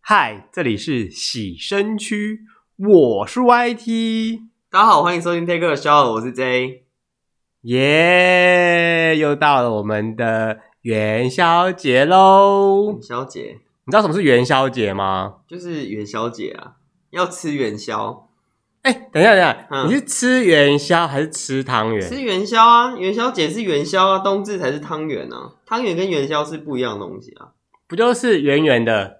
嗨，这里是洗身区，我是 YT，大家好，欢迎收听 Take a Show，我是 J。耶又到了我们的元宵节喽！元宵节你知道什么是元宵节吗？就是元宵节啊，要吃元宵，哎、等一下，等一下，嗯你是吃元宵还是吃汤圆？吃元宵啊，元宵节是元宵啊，冬至才是汤圆啊，汤圆跟元宵是不一样的东西啊，不就是圆圆的，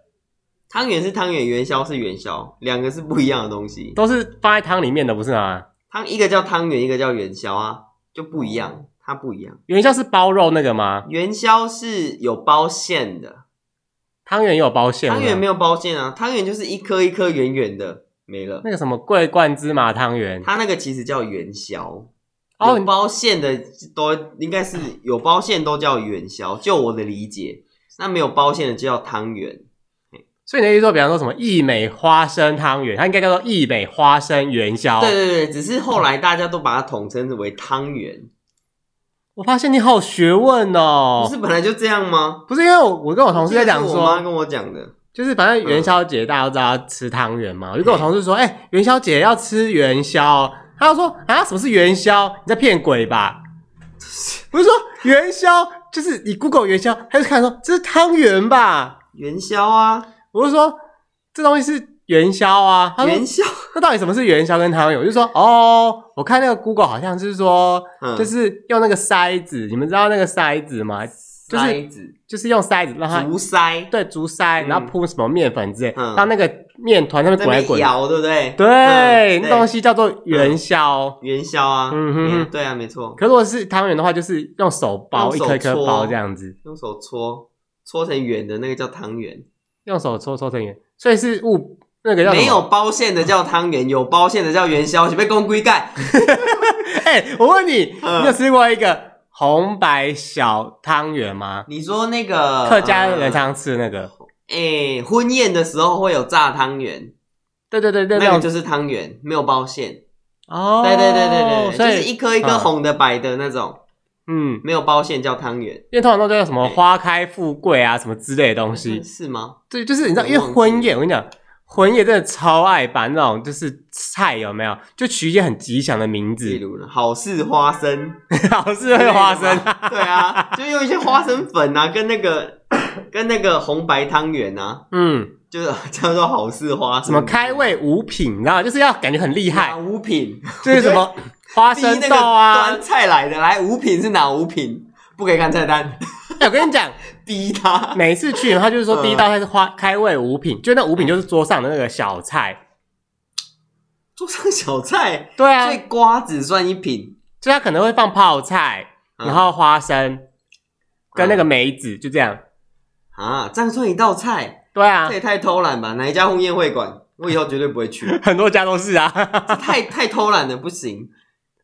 汤圆是汤圆，元宵是元宵，两个是不一样的东西，都是放在汤里面的，不是吗？汤一个叫汤圆，一个叫元宵啊，就不一样，它不一样，元宵是包肉那个吗？元宵是有包馅的，汤圆也有包馅吗，汤圆没有包馅啊，汤圆就是一颗一颗圆圆的，没了。那个什么桂冠芝麻汤圆它那个其实叫元宵，哦有包馅的都应该是有包馅都叫元宵，就我的理解。那没有包馅的就叫汤圆，所以你的意思说，比方说什么益美花生汤圆，它应该叫做益美花生元宵。对，对对，只是后来大家都把它统称为汤圆，我发现你好学问哦。不是本来就这样吗？不是因为我我跟我同事在讲这个是我妈说，跟我讲的，就是反正元宵节大家都知道要吃汤圆嘛，我就跟我同事说，哎、元宵节要吃元宵哦，他就说啊，什么是元宵？你在骗鬼吧？我就说元宵就是你 Google 元宵，他就看说这是汤圆吧？元宵啊，我就说这东西是元宵啊，他说元宵，那到底什么是元宵跟汤圆？我就说哦，我看那个 Google 好像是说，嗯就是用那个筛子，你们知道那个筛子吗？就是啊筛子、就是用筛子让它竹筛，对竹筛，嗯然后铺什么面粉之类，嗯让那个面团上面在滚来那边滚。摇，对不对？对，嗯那东西叫做元宵。元宵啊，嗯哼哼嗯对啊，没错，可如果是汤圆的话，就是用手包，用一手颗一颗搓包这样子，用手搓，搓成圆的那个叫汤圆。用手搓搓成圆。所以是物那个叫什么没有，包馅的叫汤圆，有包馅的叫元宵，是 被公龟盖。哎、我问你，嗯你有吃过一个红白小汤圆吗？你说那个客家人呃常吃的那个。哎、婚宴的时候会有炸汤圆，对对对对，那种个就是汤圆，没有包馅。哦，对对对对对，所就是以一颗一颗嗯红的、白的那种，嗯，没有包馅叫汤圆。因为通常都叫什么花开富贵啊，什么之类的东西是。是吗？对，就是你知道，我因为忘记婚宴，我跟你讲，婚宴真的超爱把那种就是菜有没有，就取一些很吉祥的名例字，如呢，好事花生，老是会 花生。 对啊，就用一些花生粉啊，跟那个 跟那个红白汤圆啊，嗯，就是叫做好事花生。什么开胃五品，你知道吗？就是要感觉很厉哪害，五品？就是什么花第一生那个豆啊端。菜来的，来五品是哪五品？不可以看菜单， 哎，我跟你讲，逼他。每次去他就是嗯说第一道菜是花开胃五品，就那五品就是桌上的那个小菜。桌上小菜，对啊所以，瓜子算一品，就他可能会放泡菜，嗯然后花生跟那个梅子，就这样。啊，这样算一道菜，对啊这，也太偷懒吧？哪一家婚宴会馆？我以后绝对不会去， 很多家都是啊，这太太偷懒了，不行。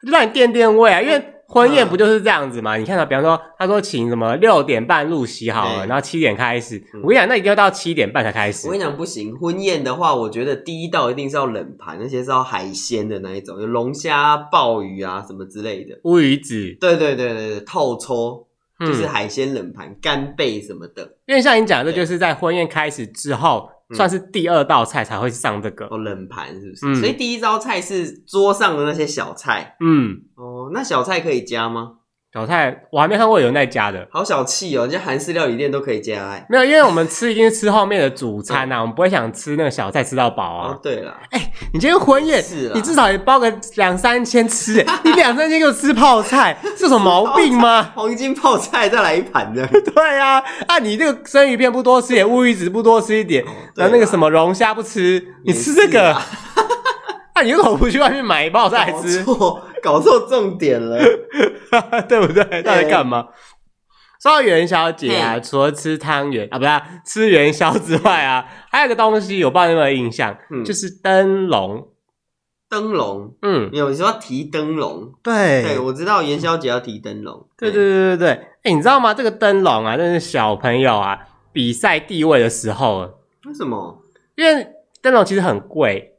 就让你垫垫嗯位啊，因为。婚宴不就是这样子嘛？你看到，比方说，他说请什么六点半入席好了，对然后七点开始。嗯我跟你讲，那一定要到七点半才开始我跟。你讲，不行。婚宴的话，我觉得第一道一定是要冷盘，而且是要海鲜的那一种，有龙虾啊、鲍鱼啊什么之类的。乌鱼子，对对对对对，透抽嗯，就是海鲜冷盘、干贝什么的，因为像你讲的，这就是在婚宴开始之后，嗯算是第二道菜才会上这个。哦，冷盘是不是？嗯所以第一道菜是桌上的那些小菜嗯，哦。那小菜可以加吗？小菜我还没看过有人在加的，好小气哦，人家韩式料理店都可以加哎、没有，因为我们吃一定是吃后面的主餐呐、啊，我们不会想吃那个小菜吃到饱啊。嗯哦，对了，你今天婚宴是，啦啊你至少也包个两三千吃、欸，你两三千给我吃泡 菜，是有什么毛病吗？黄金泡菜再来一盘的。 对啊，啊，你这个生鱼片不多吃点，乌鱼子不多吃一点，哦对然啦后那个什么龙虾不吃，你吃这也是个 啊，那、你为什么不去外面买泡菜搞吃？错，搞错重点了。 对不对？到底干嘛？说到元宵节啊，嘿除了吃汤圆啊，不是啊、吃元宵之外啊，还有个东西我不知道你有没有印象，嗯就是灯笼。灯笼，嗯，有时候要提灯笼。对对，我知道元宵节要提灯笼。对对对对对，哎、你知道吗？这个灯笼啊，那是小朋友啊比赛地位的时候了，对，为什么因为灯笼其实很贵。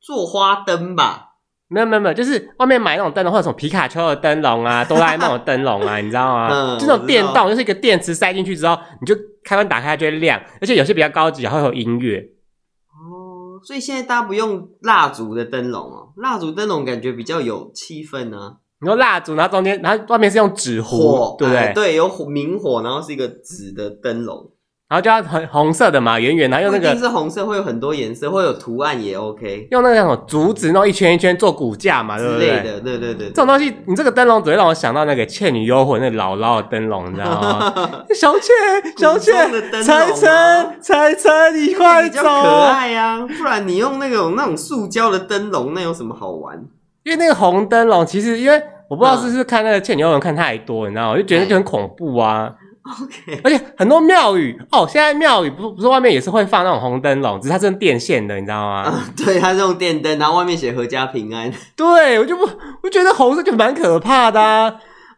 做花灯吧？没有没有没有，就是外面买那种灯笼，或者什么皮卡丘的灯笼 啊，哆啦 A 梦的灯笼啊，你知道吗？嗯就那我种知电道动，就是一个电池塞进去之后，你就开关打开它就会亮，而且有些比较高级，还会有音乐。哦所以现在大家不用蜡烛的灯笼哦，蜡烛灯笼感觉比较有气氛啊。你说蜡烛，然后中间，然后外面是用纸火糊，，对不对？哎对，有火明火，然后是一个纸的灯笼，然后就要红红色的嘛，圆圆，然后用不那一定个是红色，会有很多颜色，会有图案也 OK 用那个什么竹子弄一圈一圈做骨架嘛，对之不类对？的，对对对这种东西，你这个灯笼只会让我想到那个《倩女幽魂》那姥姥的灯笼，你知道吗？ 小倩，小倩古装的灯笼，彩啊晨，彩晨，你快比走较！可爱呀、啊，不然你用那种那种塑胶的灯笼，那有什么好玩？ 因为那个红灯笼，其实因为我不知道是不是看那个《倩女幽魂》看太多，你知道吗？我就觉得就很恐怖啊。 OK 而且很多庙宇哦，现在庙宇不不是外面也是会放那种红灯笼，只是它是用电线的，你知道吗？啊，对，它是用电灯，然后外面写阖家平安。对，我就不，我觉得红色就蛮可怕的、啊。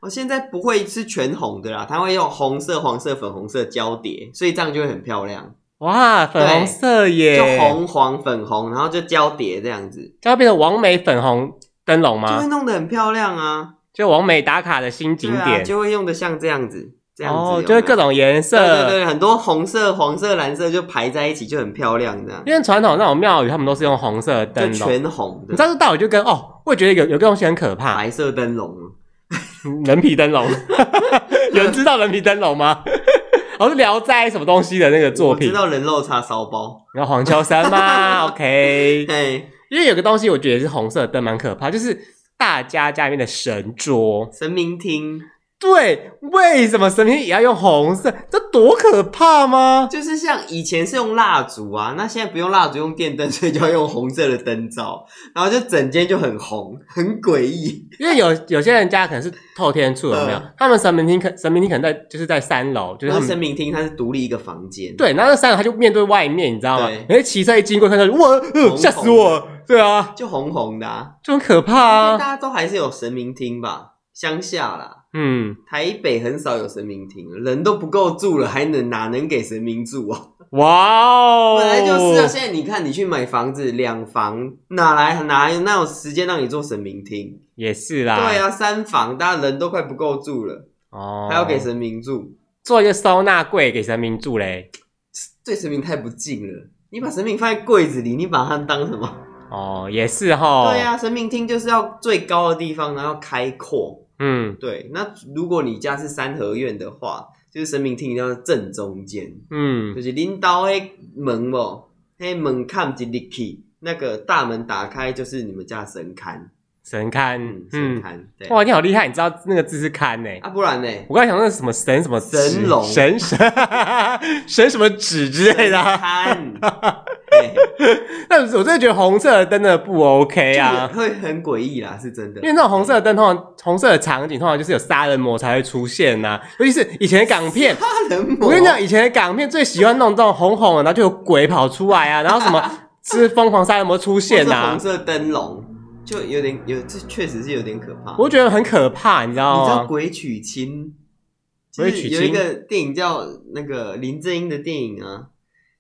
我哦现在不会是全红的啦，它会用红色、黄色、粉红色交叠，所以这样就会很漂亮，哇，粉红色耶，就，红、黄、粉红，然后就交叠这样子，就要变成王美粉红灯笼就会吗？弄得很漂亮啊。就王美打卡的新景对啊，点，就会用的像这样子，这样子有没哦，有，就会各种颜色。对对对，很多红色、黄色、蓝色就排在一起，就很漂亮这样，因为传统那种庙宇，他们都是用红色的啊就灯笼。全红你知的道这道理就跟哦，我也觉得有有个东西很可怕，白色灯笼。人皮灯 笼。有人知道人皮灯笼吗？哦，是《聊斋》什么东西的那个作我品知，道人肉叉烧包，然后黄秋生 嘛，OK。嘿，因为有个东西，我觉得也是红色的灯蛮可怕，就是大家家里面的神桌。神明厅对，为什么神明也要用红色？这多可怕吗？就是像以前是用蜡烛啊，那现在不用蜡烛，用电灯，所以就要用红色的灯罩，然后就整间就很红，很诡异。因为有有些人家可能是透天处，有没有嗯？他们神明厅可神明厅可能在就是在三楼，就是他然后们神明厅它是独立一个房间，对，然后那三楼他就面对外面，你知道吗对？而且骑车一经过，看到哇，呃红吓死我了！对啊，就红红的、啊，就很可怕因为啊。大家都还是有神明厅吧，乡下啦。嗯，台北很少有神明厅，人都不够住了，还能哪能给神明住啊？哇哦，本来就是啊！现在你看，你去买房子，两房哪来哪有哪有时间让你做神明厅？也是啦。对，啊，三房，大家人都快不够住了，哦，还要给神明住，做一个收纳柜给神明住嘞。对神明太不敬了。你把神明放在柜子里，你把它当什么？哦，也是哈。对，啊，神明厅就是要最高的地方，然后开阔。嗯对，那如果你家是三合院的话，就是神明厅一定要在正中间。嗯，就是恁家迄门哦，迄门槛一入去，那个大门打开就是你们家的神龛，神龛嗯，，嗯，神龛，对，哇，你好厉害，你知道那个字是龛呢。啊，不然呢？我刚才想那是什么神什么纸神龙神神 神什么纸之类的 啊，神 龛，对但是我真的觉得红色的灯真的不 OK 就是啊，会很诡异啦，是真的因。为那种红色的灯通常红色的场景通常就是有杀人魔才会出现呐、尤其是以前的港片，杀人魔，我跟你讲，以啊前的港片最喜欢弄这种红红的，然后就有鬼跑出来啊，然后什么 是疯狂杀人魔出或现是啊红，色灯笼，就有点有，这确实是有点可怕。我觉得很可怕，你知你道知道吗？《鬼娶亲》？哦鬼就是娶有一亲个电影叫那个林正英的电影啊，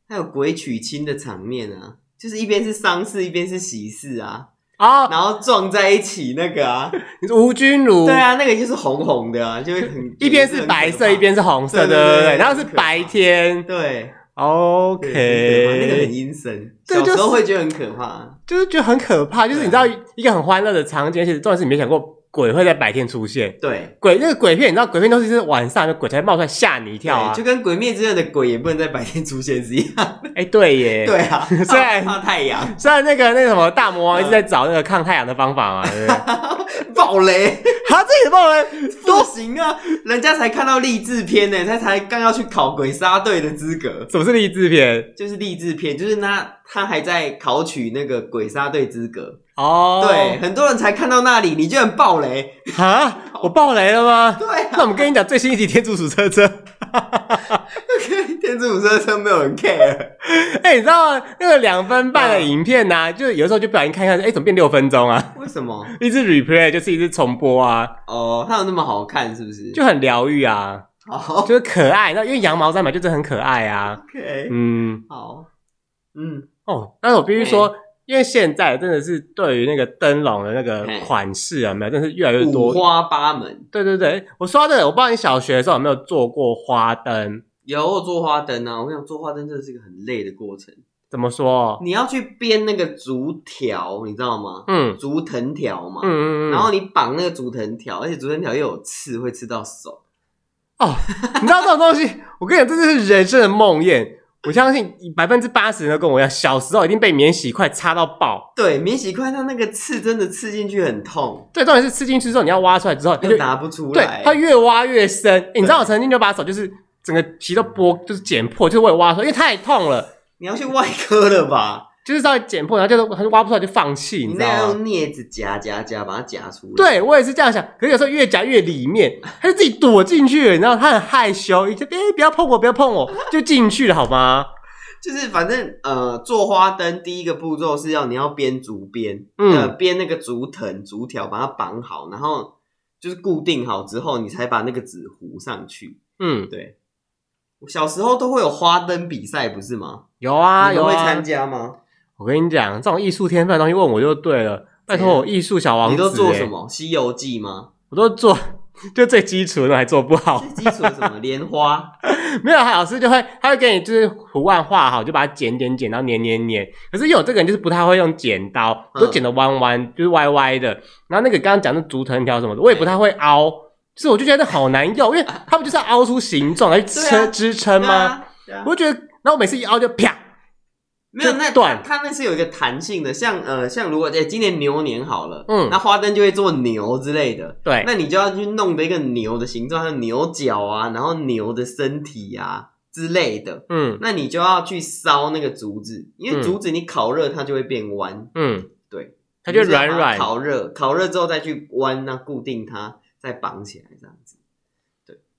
它有鬼娶亲的场面啊，就是一边是丧事，一边是喜事啊，啊，然后撞在一起那个啊，你说吴君如对，啊，那个就是红红的啊，就会很哦 一边是白色，一边是红色，对对对对对对，对然后是很可怕白天对对很可怕那个很，OK，阴森，对小就是时候会觉得很可怕，就是觉得很可怕，就是你知道一个很欢乐的场景，而且重点是你没想过鬼会在白天出现，对。鬼那个鬼片你知道鬼片都是晚上的鬼才冒出来吓你一跳啊对，就，跟《鬼灭之刃》的鬼也不能在白天出现是一样。哎，对耶，对啊， 虽然怕怕太 阳虽然那个那个什么大魔王一直在找那个抗太阳的方法嘛，对不对？暴雷，他自己报人，都行啊，人家才看到励志片呢，他才刚要去考鬼杀队的资格，什么是励志片？就是励志片，就是那他还在考取那个鬼杀队资格。哦，对，，很多人才看到那里，你居然爆雷。哈，我爆雷了吗？对啊，那我们跟你讲最新一集《天竺鼠车 车》，天之舞车车没有人 care，哎、你知道吗那个两分半的影片呐、就有时候就不小心看一看，哎、怎么变六分钟啊？为什么？一直 replay 就是一直重播啊，哦，它有那么好看是不是？哦就很疗愈啊，好就是可爱。那因为羊毛衫嘛，就真的很可爱啊。 ，OK，嗯，好，嗯，哦，但是我必须说，因为现在真的是对于那个灯笼的那个嘿款式啊，没有，真的是越来越五多。花八门，对对对，我说到这个，我不知道你小学的时候有没有做过花灯，有我做花灯啊，我跟你讲，做花灯真的是一个很累的过程，怎么说？你要去编那个竹条，你知道吗？嗯竹藤条嘛，嗯嗯嗯，然后你绑那个竹藤条，而且竹藤条又有刺，会刺到手。哦，你知道这种东西，我跟你讲，这就是人生的梦魇。我相信百分之八十人都跟我一样，小时候一定被免洗块插到爆。对，免洗块它那个刺真的刺进去很痛，对，重点是吃进去之后，你要挖出来之后，你又就拿不出对来它。越挖越深。欸你知道我曾经就把手就是整个皮都剥，就是剪破，就是为了挖出来，因为太痛了，你要去外科了吧？就是稍微剪破，然后就是它就挖不出来就放弃，你你知那要道吗？用镊子夹夹夹，把它夹出来。，对我也是这样想，可是有时候越夹越里面，它就自己躲进去了，你知道，它很害羞，就哎、不要碰我，不要碰我，就进去了好吗？就是反正呃，做花灯第一个步骤是要你要编竹编，嗯呃，编那个竹藤竹条，把它绑好，然后就是固定好之后，你才把那个纸糊上去。嗯，对，我小时候都会有花灯比赛，不是吗？有啊你有们会啊，参加吗？我跟你讲，这种艺术天分的东西问我就对了。拜怎样托我艺术小王子、你都做欸什？么？《西游记》吗？我都做， 就最基础的还做不好 最。基础的什么莲花？ 没有，老师就会他会给你就是图案画好，就把它剪剪剪，然后粘粘粘。可是有这个人就是不太会用剪刀，嗯都剪得弯弯，就是歪歪的。然后那个刚刚讲的竹藤条什么的，我也不太会凹，就是我就觉得好难用，因为他们就是要凹出形状来支对啊支撑对吗？啊？对啊我就觉得，然后我每次一凹就啪，没有，那断它它那是有一个弹性的，像呃，像如果诶、今年牛年好了，嗯那花灯就会做牛之类的，对，那你就要去弄的一个牛的形状，还有牛角啊，然后牛的身体啊之类的，嗯那你就要去烧那个竹子，因为嗯竹子你烤热它就会变弯，嗯，对，它就你是要软把软，烤热，烤热之后再去弯那固定它，再绑起来这样子。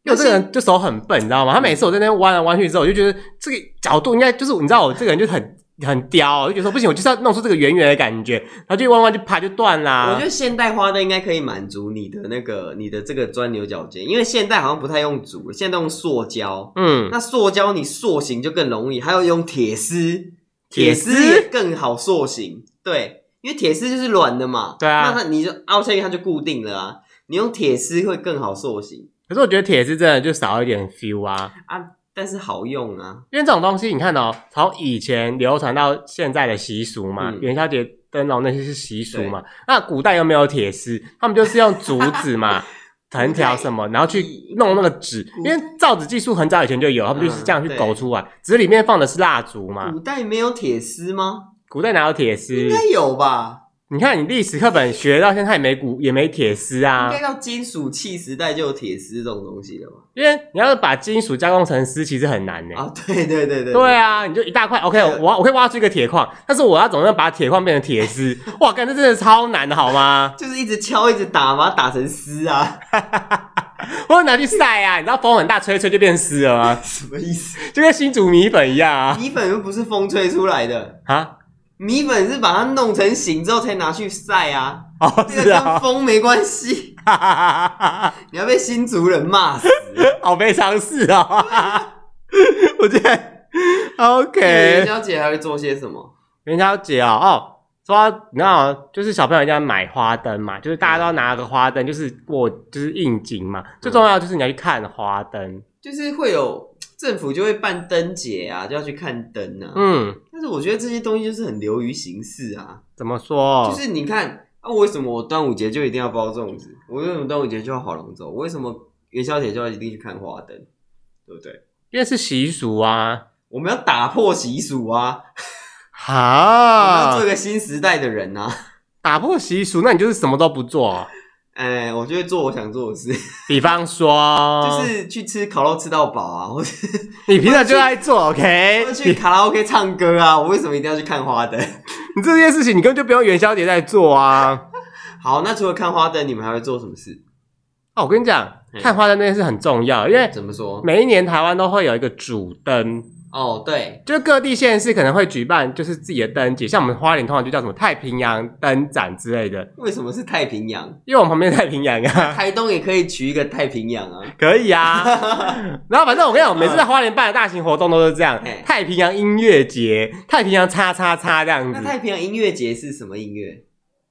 因为我这个人就手很笨，你知道吗？他每次我在那边弯来弯去之后，我就觉得这个角度应该就是你知道我这个人就很很刁，我就觉得说不行，我就是要弄出这个圆圆的感觉，然后就弯弯就啪就断啦。我觉得现代花灯应该可以满足你的那个你的这个钻牛角尖，因为现代好像不太用竹，现在都用塑胶。嗯，那塑胶你塑形就更容易，还有用铁丝，铁铁丝丝也更好塑形。对，因为铁丝就是软的嘛，对啊那它你就凹下去它就固定了啊。你用铁丝会更好塑形可是我觉得铁丝真的就少一点 feel 啊，啊，但是好用啊。因为这种东西你看哦，从以前流传到现在的习俗嘛，嗯元宵节灯笼那些是习俗嘛，那古代又没有铁丝，他们就是用竹子 嘛。藤条什么，然后去弄那个纸，因为造纸技术很早以前就有，他们就是这样去嗯对勾出来，只是里面放的是蜡烛嘛。古代没有铁丝吗？古代哪有铁丝？应该有吧，你看你历史课本学到现在也没古也没铁丝应啊该，到金属器时代就有铁丝这种东西了吧？因为你要是把金属加工成丝，其实很难呢、啊，对对对对，对啊，你就一大块，OK，对我我可以挖出一个铁矿，但是我要怎么样把铁矿变成铁丝？ 哇，干这真的超难的好吗？ 就是一直敲，一直打，把它打成丝啊，我要拿去晒啊，你知道风很大吹一吹就变丝了吗？ 什么意思？啊就跟新煮米粉一样啊米粉又不是风吹出来的，啊！米粉是把它弄成型之后才拿去晒啊，哦，这个是跟啊，风没关系，哈哈哈哈哈你要被新族人骂死。 好悲伤事啊！ 我觉得 OK，元宵节还会做些什么？元宵节哦，哦，说到你知道吗，就是小朋友一定要买花灯嘛，就是大家都要拿个花灯，就是过就是应景嘛。最重要的就是你要去看花灯，就是会有政府就会办灯节啊，就要去看灯啊。嗯，但是我觉得这些东西就是很流于形式啊，怎么说？就是你看啊，为什么我端午节就一定要包粽子？我为什么端午节就要划龙舟？我为什么元宵节就要一定去看花灯？对不对？因为是习俗啊，我们要打破习俗啊！我们要哈做一，个新时代的人啊！ 打破习俗，那你就是什么都不做。哎，我就会做我想做的事，比方说，就是去吃烤肉吃到饱啊， 或者你平常就爱做，OK？要去哎你卡拉 OK 唱歌啊，我为什么一定要去看花灯？ 你这件事情你根本就不用元宵节在做啊。好，那除了看花灯，你们还会做什么事？哦，我跟你讲，嗯看花灯那件事很重要，因为怎么说？每一年台湾都会有一个主灯，哦，对，就各地县市可能会举办就是自己的灯节，像我们花莲通常就叫什么太平洋灯展之类的，为什么是太平洋？因为我们旁边有太平洋啊，台东也可以取一个太平洋啊。可以 啊。然后反正我跟你讲，我每次在花莲办的大型活动都是这样嘿，太平洋音乐节、太平洋叉叉叉这样那子，太平洋音乐节是什么音乐？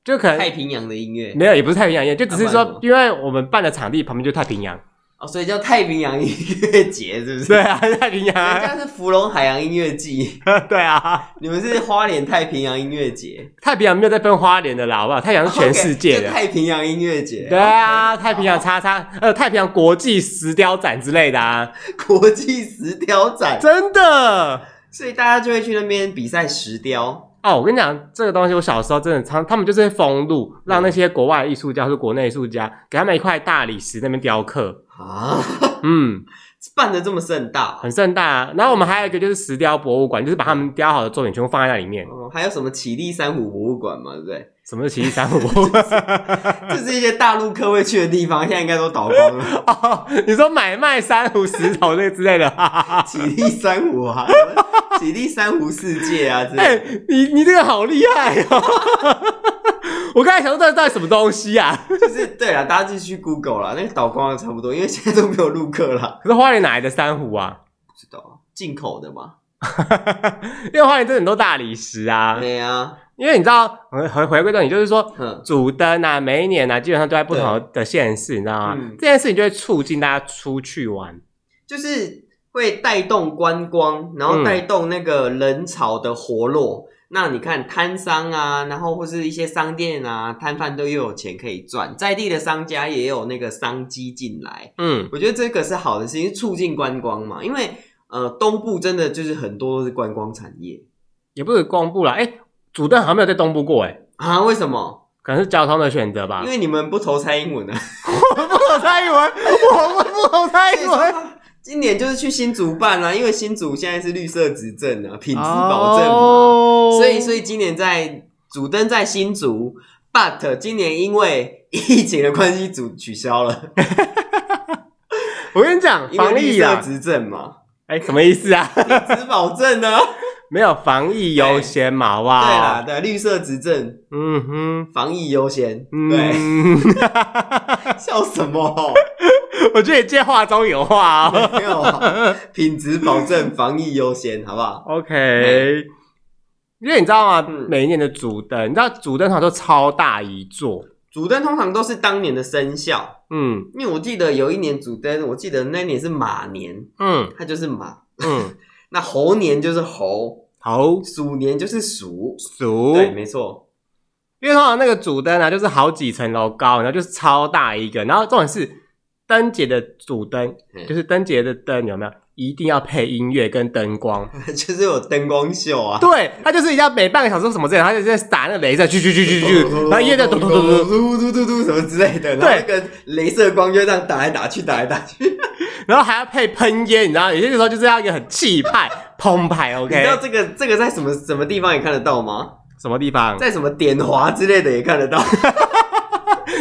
就可能太平洋的音乐没有，也不是太平洋音乐，就只是啊不然什说么， 因为我们办的场地旁边就是太平洋，哦，所以叫太平洋音乐节是不是？对啊，太平洋人啊，家是芙蓉海洋音乐季， 对啊，你们是花莲太平洋音乐节，太平洋没有在分花莲的啦，好不好？太平洋是全世界 OK，就的。太平洋音乐节，对啊， OK，太平洋叉叉，呃，太平洋国际石雕展之类的啊，好国际石雕展，真的。所以大家就会去那边比赛石雕。哦，我跟你讲，这个东西我小时候真的常，他们就是封路，让那些国外艺术家或是国内艺术家给他们一块大理石那边雕刻，啊， 嗯，办的这么盛大、很盛大、啊。然后我们还有一个就是石雕博物馆，就是把他们雕好的作品全部放在那里面。哦，还有什么绮丽珊瑚博物馆嘛，对不对？什么是奇异珊瑚博物馆？这是一些大陆客会去的地方，现在应该都倒光 了。哦，你说买卖珊瑚石头那之类的？哎绮丽珊瑚啊， 什么绮丽珊瑚世界啊，之哎、类的。你你这个好厉害哦！ 我刚才想说这到底什么东西啊？就是对了，大家就去 Google 啦，那个倒光了差不多，因为现在都没有录课啦。可是花莲哪来的珊瑚啊？ 不知道进口的嘛？因为花莲真的很多大理石啊。对啊，因为你知道，回回回归到你，就是说哼，主灯啊，每一年啊，基本上都在不同的县市，你知道吗？嗯这件事情就会促进大家出去玩。就是会带动观光，然后带动那个人潮的活络。那你看摊商啊，然后或是一些商店啊，摊贩都又有钱可以赚，在地的商家也有那个商机进来。嗯，我觉得这个是好的事情，促进观光嘛。因为呃，东部真的就是很多都是观光产业也不是公布了，哎、主灯好像没有在东部过、哎，啊。为什么？可能是交通的选择吧因。为你们不投蔡英文啊。我不懂蔡英文，我不懂蔡英文。今年就是去新竹办啊，因为新竹现在是绿色执政啊，品质保证嘛。哦所以，所以今年在主灯在新竹，but 今年因为疫情的关系，主取消了，我跟你讲，因为防绿疫啊色啦，执政嘛，哎、什么意思啊？ 只保证呢。没有防疫优先嘛，好不对好？啦，，对，绿色执政，嗯哼，防疫优先。对，嗯，笑什么？ 我觉得你这话中有话哦。没有啊，品质保证，防疫优先，好不好？ OK，因为你知道吗？嗯每一年的主灯，你知道主灯它都超大一座，主灯通常都是当年的生肖，嗯因为我记得有一年主灯，我记得那年是马年，嗯它就是马；嗯，那猴年就是猴，猴鼠年就是鼠。鼠，对，没错。因为通常那个主灯啊，就是好几层楼高，然后就是超大一个，然后重点是灯节的主灯，嗯就是灯节的灯有没有？一定要配音乐跟灯光，就是有灯光秀啊，对，它就是一定要每半个小时什么之类的，它就是在打那个镭射，去去去去嗯去，然后音乐在咚咚咚咚，嘟嘟嘟嘟什么之类的，然后那个镭射光就这样打来打去，打来打去。然后还要配喷烟，你知道，有些时候就是要一个很气派、澎湃你知道，OK？这个这个在什么什么地方也看得到吗？什么地方？在什么点华之类的也看得到，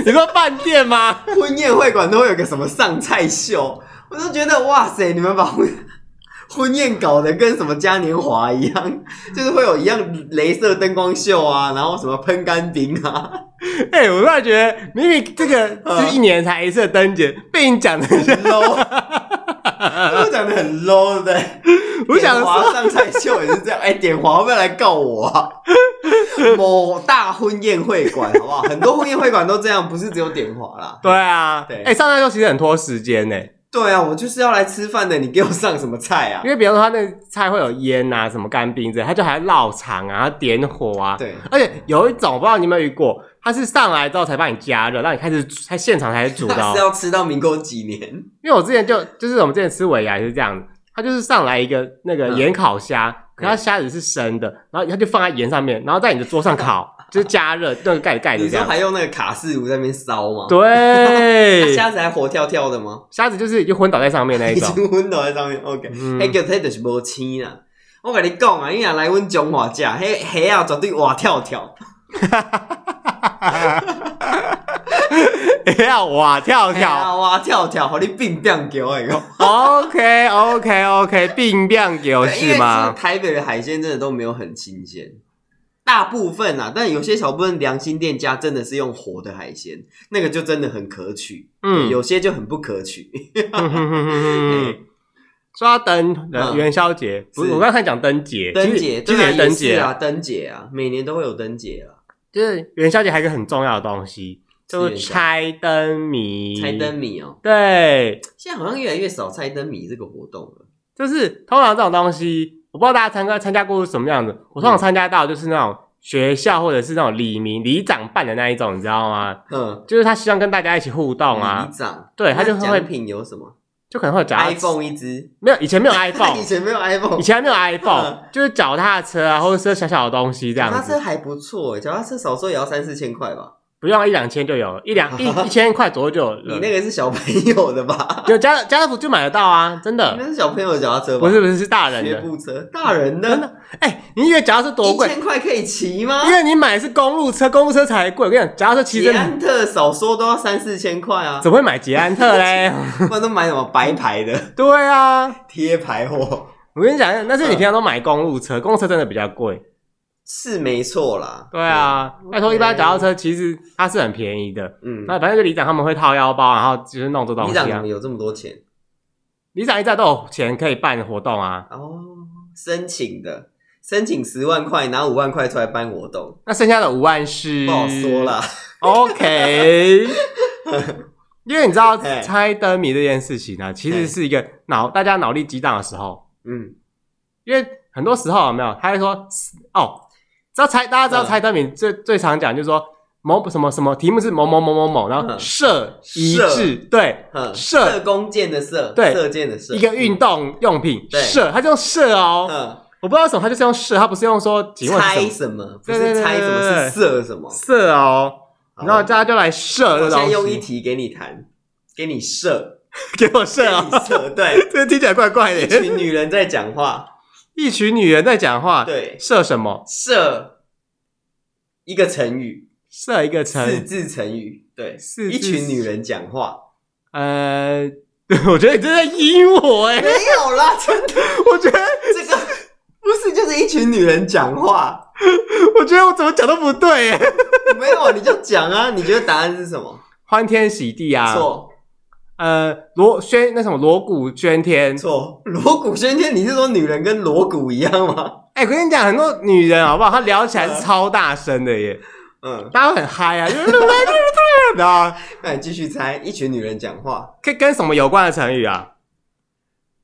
你说饭店吗？婚宴会馆都会有个什么上菜秀，我都觉得哇塞，你们把婚婚宴搞得跟什么嘉年华一样，就是会有一样镭射灯光秀啊，然后什么喷干冰啊，哎、我突然觉得，明明这个嗯是一年才一次的灯节，被你讲的， 很 low，都讲的很 low，对不对？我想点华说，上菜秀也是这样，哎、点华会不会来告我啊？ 某大婚宴会馆好不好？很多婚宴会馆都这样，不是只有点华啦。对啊，对哎、上菜秀其实很拖时间呢、对啊，我就是要来吃饭的，你给我上什么菜啊因？为比方说他那菜会有烟啊，什么干冰之类，他就还要绕场啊，点火啊，对，而且有一种我不知道你有没有遇过，他是上来之后才帮你加热，让你开始煮才现场才煮的、他哦 是，要吃到民国几年？因为我之前就就是我们之前吃尾牙也是这样子，他就是上来一个那个嗯盐烤虾，可它虾子是生的，然后他就放在盐上面，然后在你的桌上烤，就是加热那个盖盖子你这说样。还用那个卡式炉在那边烧吗？那对， 虾子还活跳跳的吗？虾子就是就昏倒在上面那一已种。 经昏倒在上面。OK，哎嗯迄叫迄就是无青啦。我跟你讲啊，你若来阮中华食，迄虾啊绝对活跳跳。哎呀，哇，跳跳。啊，哇跳跳，互你病病叫诶。 OK OK OK，病病有对因为哦是其实吗？台北的海鲜真的都没有很新鲜，大部分啊，但有些小部分良心店家真的是用活的海鲜，那个就真的很可取，嗯，有些就很不可取。 嗯哼哼哼哼哎 哼说到灯，呃嗯元宵节不是是我刚才讲灯节，灯其实节，其对实啊，也是灯也节是啊，灯节啊，每年都会有灯节啊。就是元宵节还有一个很重要的东西，就是猜灯谜，猜灯，谜哦，对，现在好像越来越少猜灯谜这个活动了。就是通常这种东西，我不知道大家参加参加过是什么样子。我通常参加到就是那种学校或者是那种里民里长办的那一种，你知道吗？嗯，就是他希望跟大家一起互动里啊，长，对他就那会奖品有什么就可能会有脚踏车？iPhone 一只没有以前没有 以 iPhone，前没有 iPhone，以前还没有嗯 iPhone，就是脚踏车啊，或者是小小的东西这脚样踏车子，还不错，欸脚踏车少说也要三四千块吧。不用一两千就有了，一两一一千块左右就有 你了。那个是小朋友的吧？有家家乐福就买得到啊，真你那的是小朋友的脚踏车吧？不是不是是大人学的。步车，大人真的的，哎、你以为脚踏车多一贵？千块可以骑吗因？为你买的是公路车，公路车才贵。我跟你讲，脚踏车其实捷真的安啊特少说都要三四千块啊，怎么会买捷安特 嘞？不然都买什么白牌的 对啊，贴牌货，我跟你讲，那是嗯你平常都买公路车，公路车真的比较贵。是没错啦。对，啊，拜托，一般脚踏车其实它是很便宜的。嗯，那反正就里长他们会掏腰包，然后就是弄这东你西长怎啊么。有这么多钱？里长一站都有钱可以办活动啊，哦，申请的，申请十万块，拿五万块出来办活动，那剩下的五万是不好说啦。 OK，因为你知道嘿猜灯谜这件事情呢、其嘿实是一个脑大家脑力激荡的时候，嗯，因为很多时候有没有，他会说哦，知道猜大家知道嗯猜灯谜最、最常讲就是说某什么什么题目是某某某某某，然后嗯射一射致，对，嗯哼射射弓箭的射，对射箭的射，一个运动用品对射，他就用射哦，嗯，我不知道为什么，他就是用射，他不是用说请问是什猜么什么？不对对是对猜什对对么，对是射什么？射哦，然后好大家就来射我这现在东用一西，题给你弹，给你射，给我射给哦你， 射，对，这听起来怪怪 一的。群女人在讲话，一群女人在讲话，对射什么？射一个成语，射一个四成，字成语，对，四字一群女人讲话，呃， 我觉得你真的在阴我哎、 没有啦，真的，我觉得，这个不是就是一群女人讲话，我觉得我怎么讲都不对哎、没有你就讲 啊，你觉得答案是什么？欢天喜地啊，错呃，锣喧那什么锣鼓喧天，错，锣鼓喧天，你是说女人跟锣鼓一样吗？哎、我跟你讲，很多女人好不好，她聊起来是嗯超大声的耶，嗯，大家会很嗨啊，就是 的啊，那你继续猜，一群女人讲话跟跟什么有关的成语啊？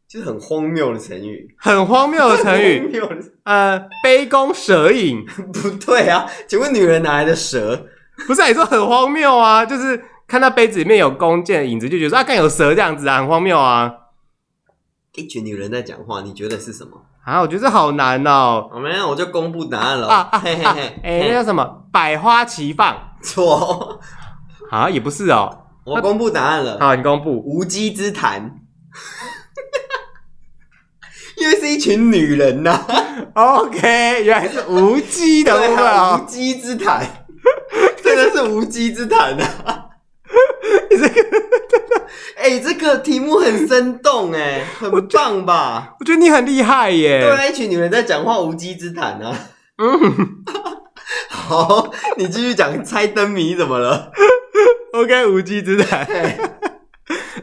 就是很荒谬的成语，很荒谬的成 荒语，谬的呃，杯弓蛇影， 不对啊，请问女人哪来的蛇？不是、啊、你说很荒谬啊？就是看到杯子里面有弓箭的影子，就觉得说啊，看有蛇这样子啊，很荒谬啊！一群女人在讲话，你觉得是什么？啊，我觉得这好难哦。我们我就公布答案了啊啊嘿嘿啊！嘿，哎、那叫什么？百花齐放错，啊？也不是哦。我公布答案了，好，你公布。无稽之谈， 因为是一群女人呐、 OK，原来是无稽 的部对分啊，哦无。稽 之谈，真的是无稽之谈啊！你这个， 哎、这个题目很生动哎、很棒吧？我觉得你很厉害耶。对啊，一群女人在讲话，无稽之谈啊。嗯 好，你继续讲猜灯谜怎么了？ ，OK，无稽之谈。 嘿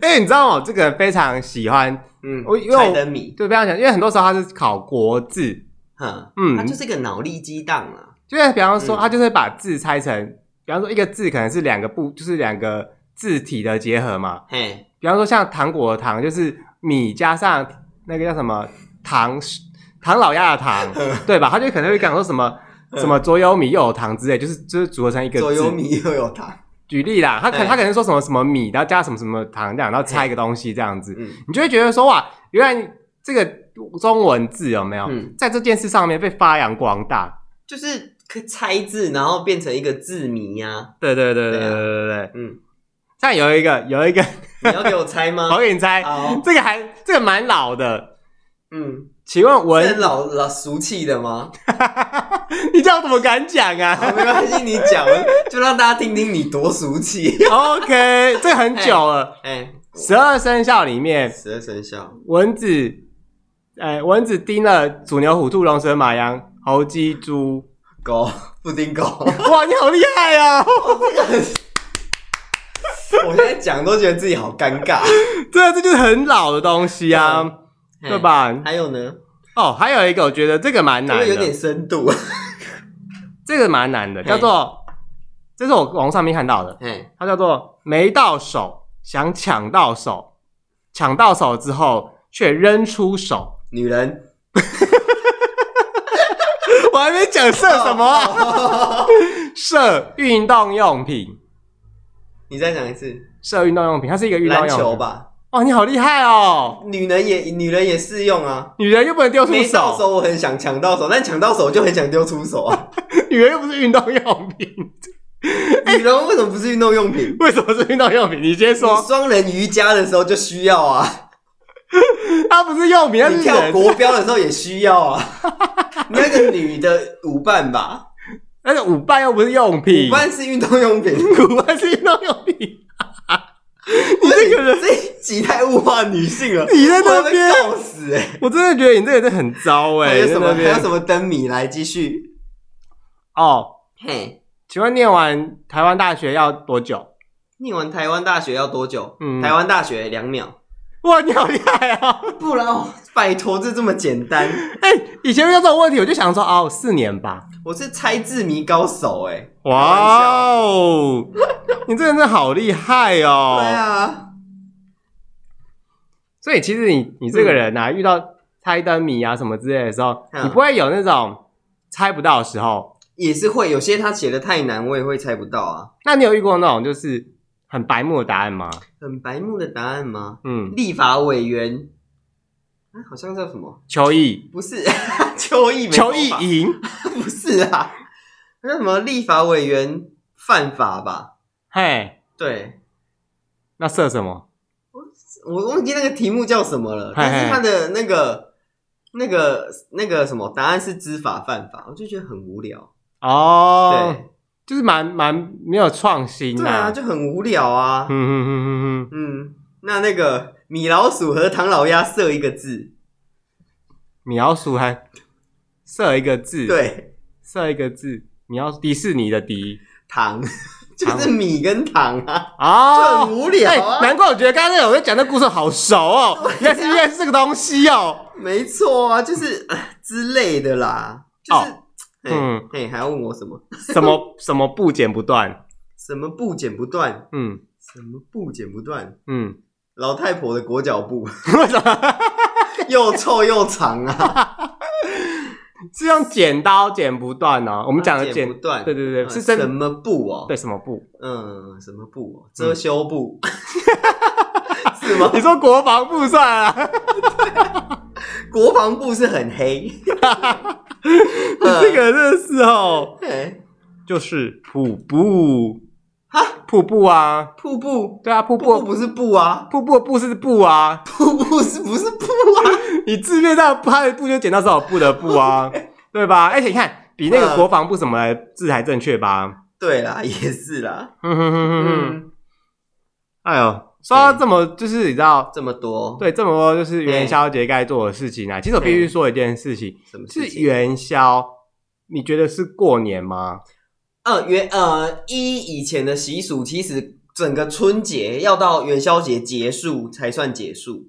哎、你知道我这个人非常喜欢，嗯我因为我猜灯谜，就非常喜欢，因为很多时候他是考国字，哈，嗯它就是一个脑力激荡啊。就是比方说，嗯他就是把字拆成，比方说一个字可能是两个部，就是两个字体的结合嘛。嘿，比方说像糖果的糖，就是米加上那个叫什么糖，唐老鸭的 糖，对吧？他就可能会讲说什么什么左有米右有糖之类，就是就是组合成一个左有字。嗯米，右有糖。举例啦，他可嗯他可能说什么什么米，然后加什么什么糖这样，然后拆一个东西这样子，嗯，你就会觉得说哇，原来这个中文字有没有嗯在这件事上面被发扬光大？就是可猜字，然后变成一个字谜啊。 对对对对对对啊对对。嗯，像有一个有一个，你要给我猜吗我？给你猜，好，这个还这个蛮老的，嗯，请问是文很老老俗气的吗？ 你这样怎么敢讲好， 啊没关系，你讲，就让大家听听你多 俗气。 ？OK，这很久了。哎，十二生肖里面，十二生肖，蚊子，哎，蚊子叮了鼠、牛、虎、兔、龙、蛇、马、羊、猴、鸡、猪。狗，布丁狗。哇，你好厉害啊！ 我现在讲都觉得自己好尴尬，对，这就是很老的东西啊，嘿对？吧？还有呢，哦，还有一个，我觉得这个蛮因难为有点的，深度。这个蛮难的，嘿叫做这是我网络上面看到的，哎，它叫做没到手想抢到手，抢到手之后却扔出手。女人 我还没讲射什么、啊， 射运动用品，你再讲一次，射运动用品，它是一个运动篮用球品。吧，哇，你好厉害哦！女人也女人也适用啊。女人又不能丢出没到手，手我很想抢到手，但抢到手就很想丢出手 啊。女人又不是运动用品， 女人为什么不是运动用品？为什么是运动用品？你先你说，双人瑜伽的时候就需要啊，它不是用品，它你是跳人。国标的时候也需要 啊。你那个女的舞伴吧，但是舞伴又不是用品，舞伴是运 动用品。舞伴是运动用品。 你这个 人这一集太物化女性了，你在那边我会被告死哎、我真的觉得你这个真的很糟哎、还欸。有什么在那还边有什么灯谜来继续？哦，嘿，请问念完台湾大学要多久？念完台湾大学要多久？嗯台湾大学两秒， 哇，你好厉害啊！不然哦拜托这这么简 单，哎、以前遇到这种问题，我就想说哦，四年吧。我是猜字谜高手哎、哇哦，你这个人真的好厉害哦！对啊，所以其实你你这个人啊，遇到猜灯谜啊什么之类的时候，嗯你不会有那种猜不到的时候。也是会有些他写的太难，我也会猜不到啊。那你有遇过那种就是很白目的答案吗？很白目的答案吗？嗯，立法委员，啊，好像叫什么？球艺，不是 邱毅没球头发，艺赢 不是啊，那什么立法委员犯法吧？嘿，对，那射什么？我忘记那个题目叫什么了，但嘿嘿是他的那个、那个、那个什么答案是知法犯法，我就觉得很无聊。哦，对，就是蛮蛮没有创新对的、啊，就很无聊啊嗯。嗯嗯嗯嗯，嗯，那那个米老鼠和唐老鸭射一个字，米老鼠还射一个字，，对，射一个字，米老迪士尼的迪 糖就是米跟糖啊，哦，就很无聊啊哎难怪我觉得刚刚那个我在讲那故事好熟哦，原来是原来是这个东西哦。没错啊，就是 呃之类的啦，就是。哦嗯嗯，哎，还要问我什么？什么什么不剪不断，什么不剪不断？嗯什么不剪不断？嗯，老太婆的裹 脚布为什么又臭又长啊！是用剪刀剪不断呢、哦？我我们讲的剪剪不，断，对对对，呃是什真么布哦？对，什么布？嗯，什么布哦？遮羞布嗯 是吗？你说国防部算啊了，国防部是很黑，嗯你这个真的是哦，哎就是瀑布哈，瀑布啊，瀑布，对啊，瀑瀑布布不是布啊，瀑布的布是布啊，瀑布是不是布啊？你字面上它的布就剪到少布的布 啊，对吧？而且你看，比那个嗯国防部什么字还正确吧？对啦，也是啦，哼哼哼哼哼，嗯，哎呦，说到这么就是你知道。这么多，，对，这么多就是元宵节该做的事情啊。其实我必须说一件事情，什么事是情？元宵，你觉得是过年吗？呃，元呃一以前的习俗，其实整个春节要到元宵节结束才算结束，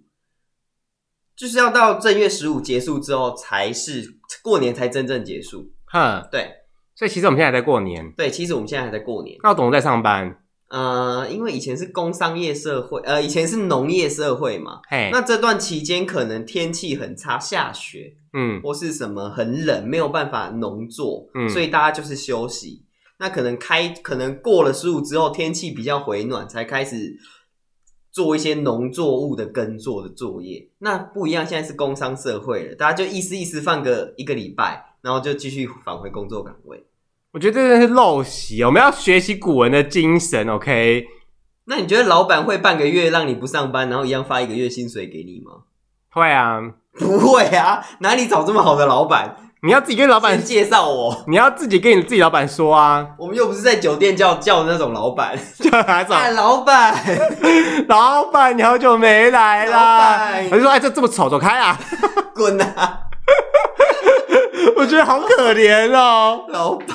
就是要到正月十五结束之后才是过年才真正结束。哼，对所以其实我们现在在过年，对，其实我们现在还在过年。那我总在上班，呃，因为以前是工商业社会，呃，以前是农业社会嘛。嘿，那这段期间可能天气很差，下雪嗯或是什么很冷，没有办法农作，嗯所以大家就是休息。那可能开，可能过了十五之后，天气比较回暖，才开始做一些农作物的耕作的作业。那不一样，现在是工商社会了，大家就意思意思放个一个礼拜，然后就继续返回工作岗位。我觉得这真的是陋习，哦我们要学习古人的精神，OK？那你觉得老板会半个月让你不上班，然后一样发一个月薪水给你吗？ 会啊，不会啊，哪里找这么好的老板？你要自己跟老老板板，介绍我， 你要自己跟你自己老板说啊，我们又不是在酒店叫叫那种老板。就还 找啊，老板， 老板，你好久没来啦老，板我就说哎，这这么丑，走开啊！ 滚啊，我觉得好可怜哦。老板，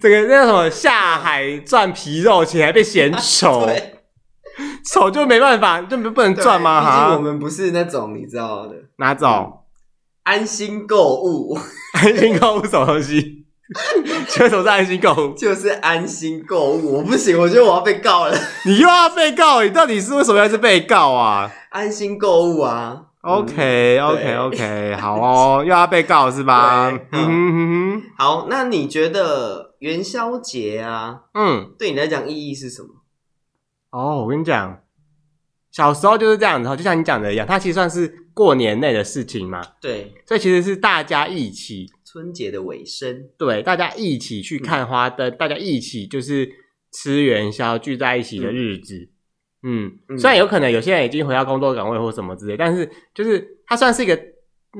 这个那叫什么下海赚皮肉钱还被嫌丑， 对，丑就没办法，就不不能哦赚吗？毕竟我哈，们不是那种你知道的 哪种？安心购物，安心购物什么东西？ 请问什么是安心购物？就是安心购物，我不行，我觉得我要被告了。 你又要被告，你到底是为什么要是被告啊安心购物啊， ？OK OK 对 OK，好哦， 又要被告是吧？对嗯哼哼好，那你觉得元宵节啊，哼，嗯，对你来讲意义是什么？哦，我跟你讲，小时候就是这样子哦，就像你讲的一样，它其实算是过年内的事情嘛，对，所以其实是大家一起春节的尾声，对，大家一起去嗯看花灯，大家一起就是吃元宵，聚在一起的日子。嗯，嗯虽然有可能有些人已经回到工作岗位或什么之类，但是就是它算是一个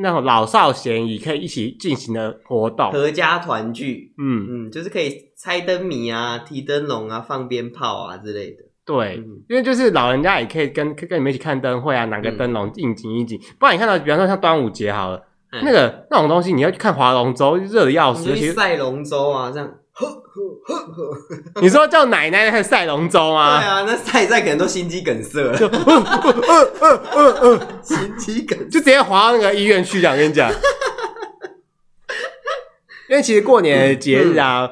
那种老少咸宜可以一起进行的活动。合家团聚，嗯，嗯，就是可以猜灯谜啊、提灯笼啊、放鞭炮啊之类的。对。嗯，因为就是老人家也可以跟跟你们一起看灯会啊，拿个嗯灯笼应景应景。不然你看到，比方说像端午节好了，嗯那个那种东西，你要去看划龙舟，热的要你死。哦就尤其去是赛龙舟啊，这样。呵呵呵呵你说叫奶奶看赛龙舟对 吗？啊，那赛一赛可能都心肌梗塞了，嗯心肌梗就直接滑到那个医院去讲，跟你 讲。因为其实过年的节日啊，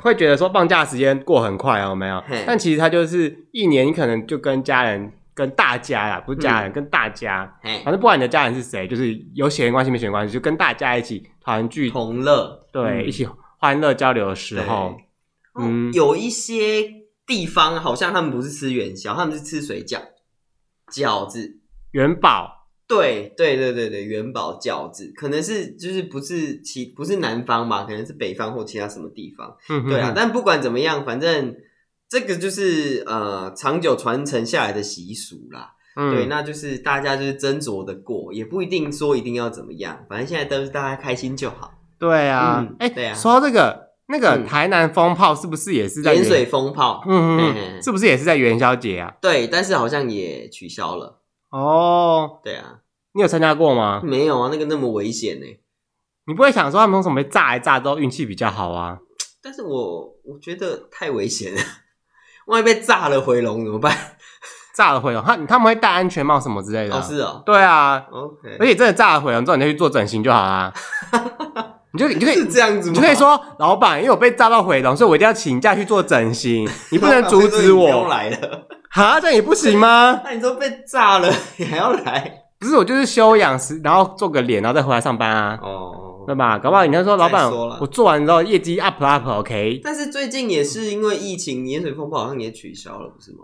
会觉得说放假时间过很快哦，有没有嗯嘿？但其实它就是一年，你可能就跟家人、跟大家啦，不是家嗯人，跟大家，哎，反正不管你的家人是谁，就是有血缘关系没血缘关系，就跟大家一起团聚，同乐对，嗯一起欢乐交流的时对候，哦嗯有一些地方好像他们不是吃元宵，他们是吃水饺、饺子。元宝对对对对对，元宝饺子可能是就是不是其不是南方吧，可能是北方或其他什么地方。嗯对啊，，但不管怎么样，反正这个就是呃长久传承下来的习俗啦。嗯对，那就是大家就是斟酌的过，也不一定说一定要怎么样，反正现在都是大家开心就好。对啊嗯，哎、对啊说到这个，那个嗯台南风炮是不是也是在盐元水风炮，嗯嗯嘿嘿嗯，是不是也是在元宵节啊？对，但是好像也取消了。哦，对啊，你有参加过吗？没有啊，那个那么危险呢、你不会想说他们用什么被炸来炸之后运气比较好啊？但是我我觉得太危险了，万一被炸了回笼怎么办？炸了回笼，他他们会戴安全帽什么之类的、啊哦，是哦对啊， ，OK，而且真的炸了回笼之后，你再去做整形就好 啦。你就你就可以是这样子你就吗？可以 说，老板，因为我被炸到回笼，所以我一定要请假去做整 形，你你不能阻止不用我。来了。 哈，这样也不行吗？那你说被炸了，你还要来？不是，我就是休养时，然后做个脸，然后再回来上班啊，哦对吧？搞不好人家说，老板再说啦，我做完之后业绩 up up，OK？、但是最近也是因为疫情，盐水风炮好像也取消了，不是吗？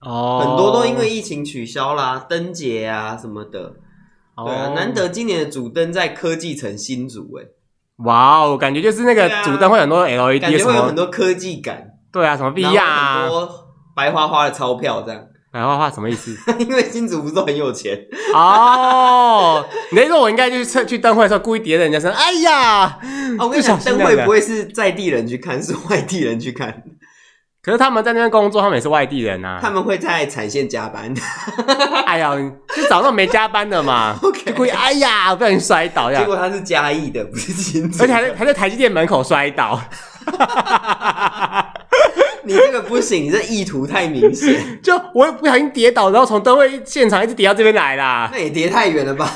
哦，很多都因为疫情取消啦，灯节啊什么的。对啊，哦难得今年的主灯在科技城新竹、欸，哇哦，感觉就是那个对啊主灯会有很多感 LED 觉什会有很么，多科技感，对啊，什么 VR 然后很啊，多白花花的钞票这样， 白花花什么意思？因为新竹不是很有钱，哦，你的意思我应该就是去灯会的时候故意叠在人家身上，哎呀，哦，我跟就你小，讲心灯那会个不会是在地人去看，是 外地人去看，可是他们在那边工作，他们也是外地人呐、他们会在产线加班。，哎呀，就找那种没加班的嘛 OK，就故意哎呀，不小心摔倒这 结样，果他是嘉义的，不是新竹，而且还在还在台积电门口摔倒，你这个不行，你这意图太 明显，就我也不小心跌倒，然后从灯会现场一直跌到这边来 啦。那也跌太远了吧？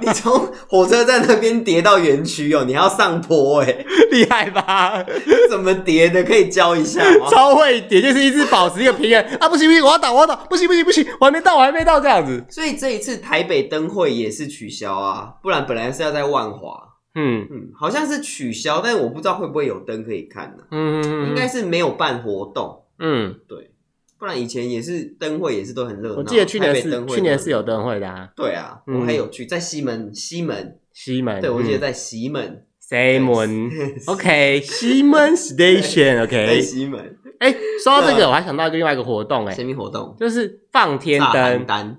你从火车站那边跌到园区哦，你还要上坡哎、厉害吧？ 怎么叠的？可以教一下吗？超会点，就是一直保持一个平衡啊！不行不行，我要倒，我要倒，不行不行不行，我还没到，我还没到这样子。所以这一次台北灯会也是取消啊，不然本来是要在万华，嗯嗯，好像是取消，但我不知道会不会有灯可以看呢、嗯，应该是没有办活动，嗯，不然以前也是灯会也是都很热闹。我记得去年台北灯是会去年都是有灯会的啊，对啊，嗯哎我还有去在西门西门，西门。嗯对我记得在在西门，西 门。OK，西门 Station。在 OK，西门哎，说到这嗯个，我还想到一个另外一个活动，哎神，秘活动就是放天炸邯灯。郸。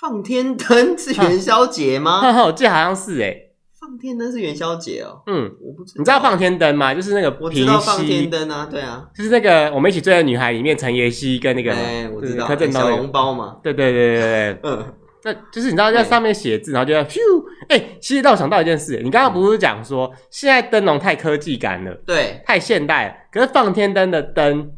放天灯是元宵节吗？ 我记得好像是哎，放天灯是元宵节哦，嗯，我不知道。你知道放天灯吗？就是那个我平知道放天息，灯啊，对啊，就是那个我们一起追的女孩里面陈妍希跟那个嘛，哎、我知对道，柯震东小那个笼包嘛，对对对对对。嗯，那就是你知道在上面写字，然后就在咻，哎、其实让我想到一件事，你刚刚不是讲说现在灯笼太科技感了，对，太现代了，可是放天灯的灯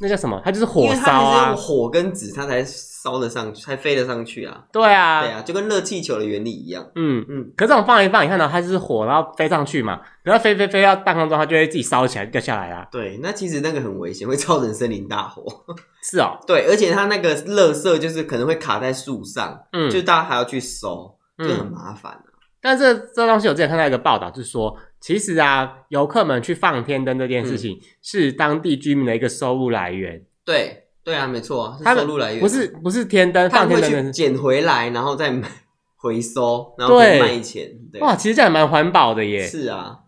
那叫什么？它就是因火为烧它还是啊用，火跟纸，它才烧得上去，才飞得上去啊。对啊，对啊，就跟热气球的原理一样。嗯。嗯，可是这种放一放，你看到它就是火，然后飞上去嘛，然后飞飞飞到半空中，它就会自己烧起来掉下来啊啦。对，那其实那个很危险，会造成森林大火。 是哦，对，而且它那个垃圾就是可能会卡在树上，嗯，就大家还要去收，就很嗯。麻烦啊。但这这东西我之前看到一个报道，就是说，其实啊，游客们去放天灯这件嗯事情、是当地居民的一个收入来源，对，对啊，没错啊，是他们收入来源啊，不是不是天灯他放们天会灯去的是。捡回来，然后再买回收，然后可以对卖钱。对，啊哇，其实这样也蛮环保的耶！是啊。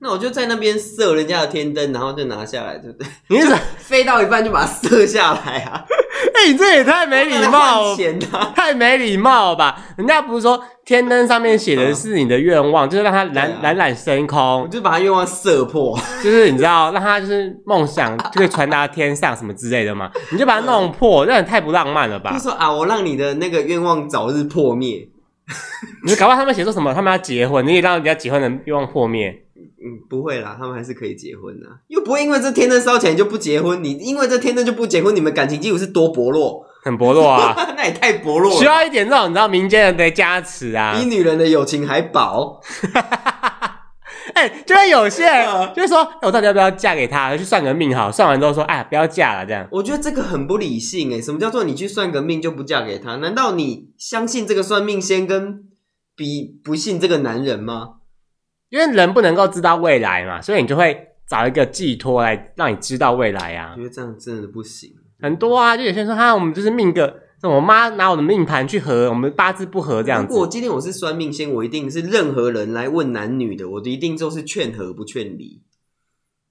那我就在那边射人家的天灯，然后就拿下来，对不对？ 你这，哎、 飞到一半就把它射下来啊！哎你这也太没礼貌换，钱啊！太没礼貌了吧？人家不是说天灯上面写的是你的愿望，就是让它嗯对啊冉冉冉升我空，就把他愿望射破，就是你知道，让它就是梦 想就可以传达天上什么之类的嘛，你就把它弄破，这样也太不浪漫了吧就？说啊，我让你的那个愿望早日破灭。你搞不好他们写说什么，他们要结婚，你也让人家结婚的愿望破灭。嗯，不会啦，他们还是可以结婚的，又不会因为这天灯烧起来你就不结婚。你因为这天灯就不结婚，你们感情基础是多薄弱？ 很薄弱啊，那也太薄弱需了，要一点这种你知道民间人的加持啊比。女人的友情 还薄。哎、就会有些嗯人就是说，哎我到底要不要嫁给他？去算个命好，算完之后说，哎，不要嫁了这样。我觉得这个很不理性欸诶，什么叫做你去算个命就不嫁给他？难道你相信这个算命先跟比不信这个男人吗？因为人不能够知道未来嘛，所以你就会找一个寄托来让你知道未来啊我。觉得这样真的不行。很多啊，就有些人说，哈，我们就是命个，我妈拿我的命盘去合，我们八字不合这样如果子。今天我是算命先，我一定是任何人来问男女的，我一定就是劝和不劝离。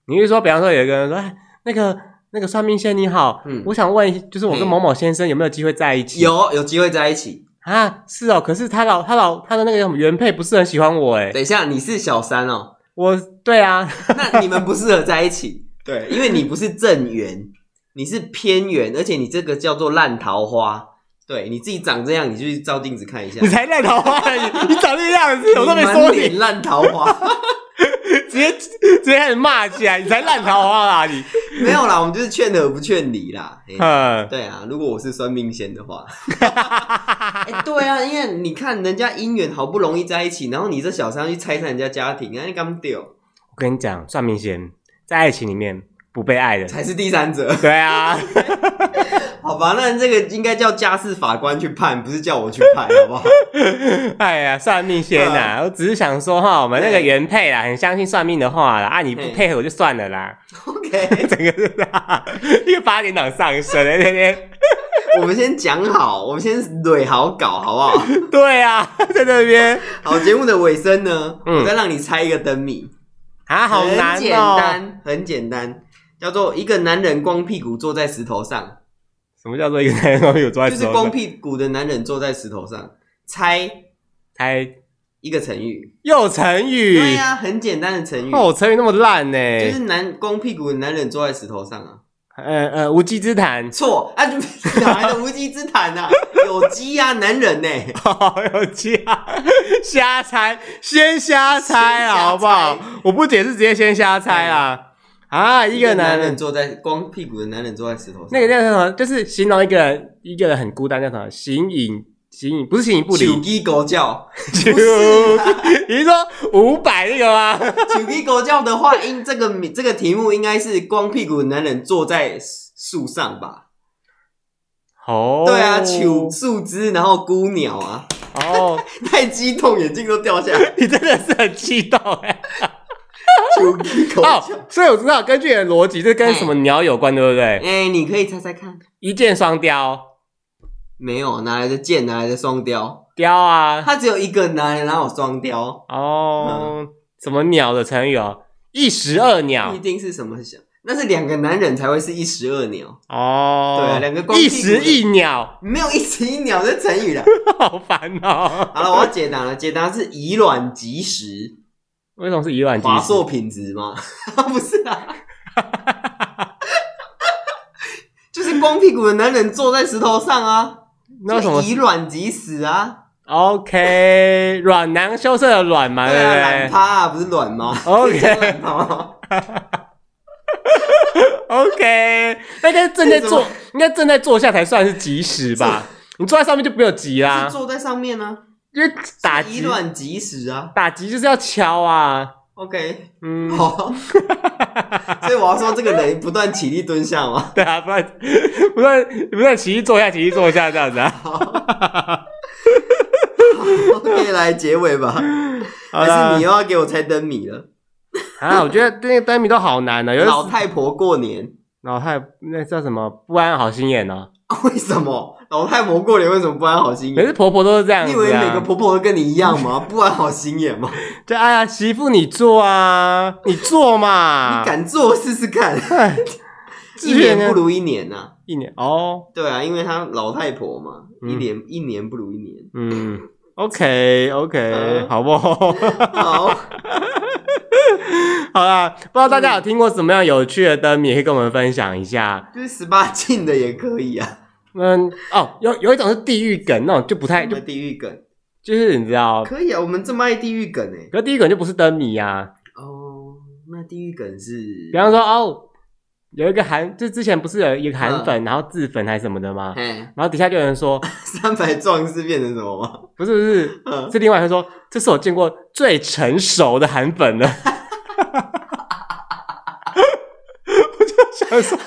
你是说，比方说有一个人说，哎，那个那个算命先你好，嗯我想问一，就是我跟嗯某某先生有没有机会在一起？有有机会在一起。啊，是哦，可是他老他老他的那个什么原配不是很喜欢我哎，等一下，你是小三哦， 我对啊，那你们不适合在一起。对，因为你不是正缘，你是偏缘，而且你这个叫做烂桃花。对，你自己长这样，你就去照镜子看一下你。才烂桃花而已，你长这样 子，我都没满说脸你，烂桃花， 直接直接开始骂起来，你才烂桃花啦你，没有啦，我们就是劝和不劝离啦。嘿嗯，对啊，如果我是算命仙 的话，哎，对啊，因为你看人家姻缘好不容易在一起，然后你这小三去拆散人家家庭，那哎你刚丢我跟你讲，算命先在爱情里面不被爱的，才是第三者，对啊， 好吧？那这个应该叫家事法官去判，不是叫我去 判，好不好？哎呀，算命先啊呐，我只是想说哈，我们那个原配啊啦，很相信算命的话啦，啊你不嗯配合我就算了啦， OK，整个是啊一个八点档上升，哎天天，我们先讲好，我们先捋好搞，好不好？对啊，在那边好，节目的尾声呢，嗯我再让你猜一个灯谜，啊好难哦，很简单，很简单，叫做一个男人光屁股坐在石头上，什么叫做一个男人有坐在就石是头光上？屁股的男人坐在石头上，猜才一个成语。又成语，对呀、很简单的成语，嗯哦，成语那么烂呢、就是男光屁股的男人坐在石头上啊。呃呃，无稽之谈，错啊， 就哪来的无稽之谈啊？有鸡啊，男人呢、好有趣啊！瞎猜，先瞎猜啊，好不好先瞎？我不解释，直接先瞎猜啦。啊， 一个男男人人，坐在光屁股的男人坐在石头上，那个叫什么？就是形容一个人，一个人很孤单，叫什么？形影。形影不是形影 不离，手鸡狗叫，就不是 你是说五百那个吗？九鸡狗叫的话，应这个名这个题目应该是光屁股的男人坐在树上吧？哦，对啊，求树枝，然后孤鸟啊， 哦，太激动，眼镜都掉下 来。你真的是很激动哎、九鸡狗叫，哦，所以我知道，根据你的逻辑，这跟什么鸟有关，对不哎、对？你可以猜猜看，一箭双雕，没有哪来的剑，哪来的双雕？雕啊， 它只有一个哪里哪有双雕？哦，什么鸟的成语哦？一石二不鸟一，定是什么想，那是两个男人才会是一石二鸟，哦，对啊两个光屁一股的石一鸟，没有一石一鸟的成语啦。 好烦哦。好了，我要解答了，解答是以卵击石，为什么是以卵击华石？硕品质吗？ 不是啊， 就是光屁股的男人坐在石头上啊，那为什么就以卵击石啊？ ？OK，软囊羞涩的软嘛，对啊，对懒不趴啊，不是卵吗哎 OK 啊是叫懒趴吗对？OK，那应该正在这是什坐么，应该正在坐下才算是及时吧？你坐在上面就没有急啦是，坐在上面呢、因为打以急卵击石啊。打急就是要敲啊， OK，嗯，好， 所以我要说这个人不断起立蹲下嘛。对啊，不然 不然不然起立坐下，起立坐下这样子啊。 OK，来结尾吧。好还是啦你又要给我猜灯谜了？啊，我觉得那个灯谜都好难啊呢、有的老太婆过年， 老太那叫什么不安好心眼哦、为什么老太婆过年为什么不安好心可是眼？婆婆都是这样你子、啊，以嗯为每个婆婆都跟你一样吗？不安好心眼吗？就哎呀媳妇你做啊，你做嘛，你敢做试试看，哎一自愿年啊呢不如一年啊呐、一年哦，对啊，因为她老太婆嘛，嗯一年一年不如一年。嗯，OK OK，、嗯好 不好？好， 好啦，不知道大家有听过什么样有趣的灯谜，也可以跟我们分享一下。就是十八禁的也可以啊，嗯，哦，有有一种是地狱梗，那种就不太什哎就么地狱梗就是你知道，可以啊，我们这么爱地狱梗哎。可是地狱梗就不是灯谜啊。哦，那地狱梗是比，方说哦，有一个韩，就之前不是有嗯一个韩粉，然后自粉还是什么的吗？哎，然后底下就有人 说，三百壮士变成什么吗？不是不是，嗯是另外他说，这是我见过最成熟的韩粉了。 我就想说，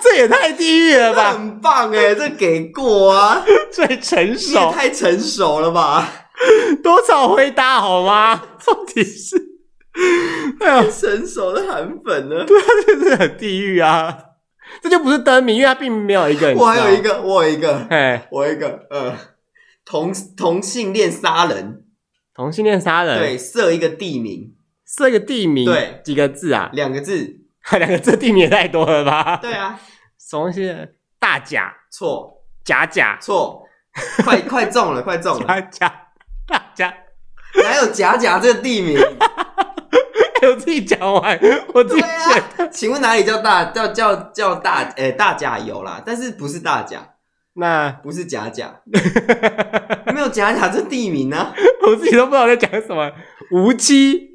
这也太地狱了这吧！很棒哎，这给过啊，最成这也熟，太成熟了吧，多少回答好吗？到底是，哎呀，成熟的韩粉呢？这就是很地狱啊！这就不是灯谜，因为它并没有一个。我还有一个，个，我有一个，哎，我有一个，呃，同同性恋杀人，同性恋杀人，对，设一个地名，设一个地名，对，几个字啊？ 两个字，两个字地名也太多了吧？对啊，什么东西？大甲、错甲甲、错， 快快中了，快中了，甲甲、 大甲。哪有假假这个 地名？哎我自己讲完，我自己对讲。啊，请问哪里叫大叫叫叫大？诶、大甲有啦，但是不是大甲，那 不是假甲，没有假甲这地名啊，我自己都不知道我在讲什么。无期，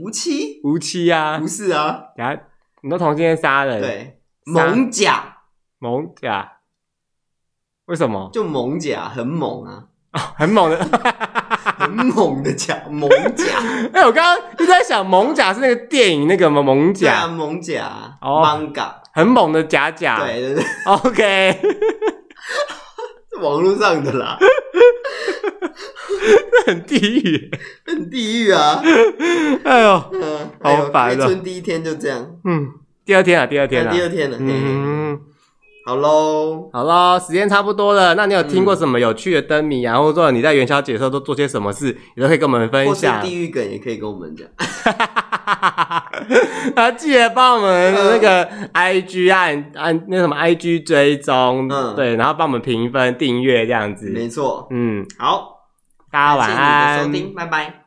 无期无期啊不！是啊，甲，你都同性恋杀人，，对，啥猛甲猛甲。为什么？就猛甲，很猛啊。很猛的。 很猛的甲，猛 甲，哎、我刚刚一直在想，猛甲是那个电影那个吗？猛对啊，甲，猛甲哦，manga，很猛的甲甲。对对对， ，OK， 是网络上的啦，很地狱。很地狱啊，哎呦，嗯，好哎呦烦哦开春第一天就这样，嗯，第二天啊，第二天那啊，哎呃第二天了，嗯，嗯，好喽，好了，时间差不多了。那你有听过什么有趣的灯谜啊？或者说你在元宵节的时候都做些什么事，也都可以跟我们分或是享 地。狱梗也可以跟我们讲，啊，记得帮我们那个嗯 I G 按按那什么 I G 追踪，嗯对，然后帮我们评分、订阅这样子。没错，嗯，好，大家晚感谢你的安收。听，拜拜。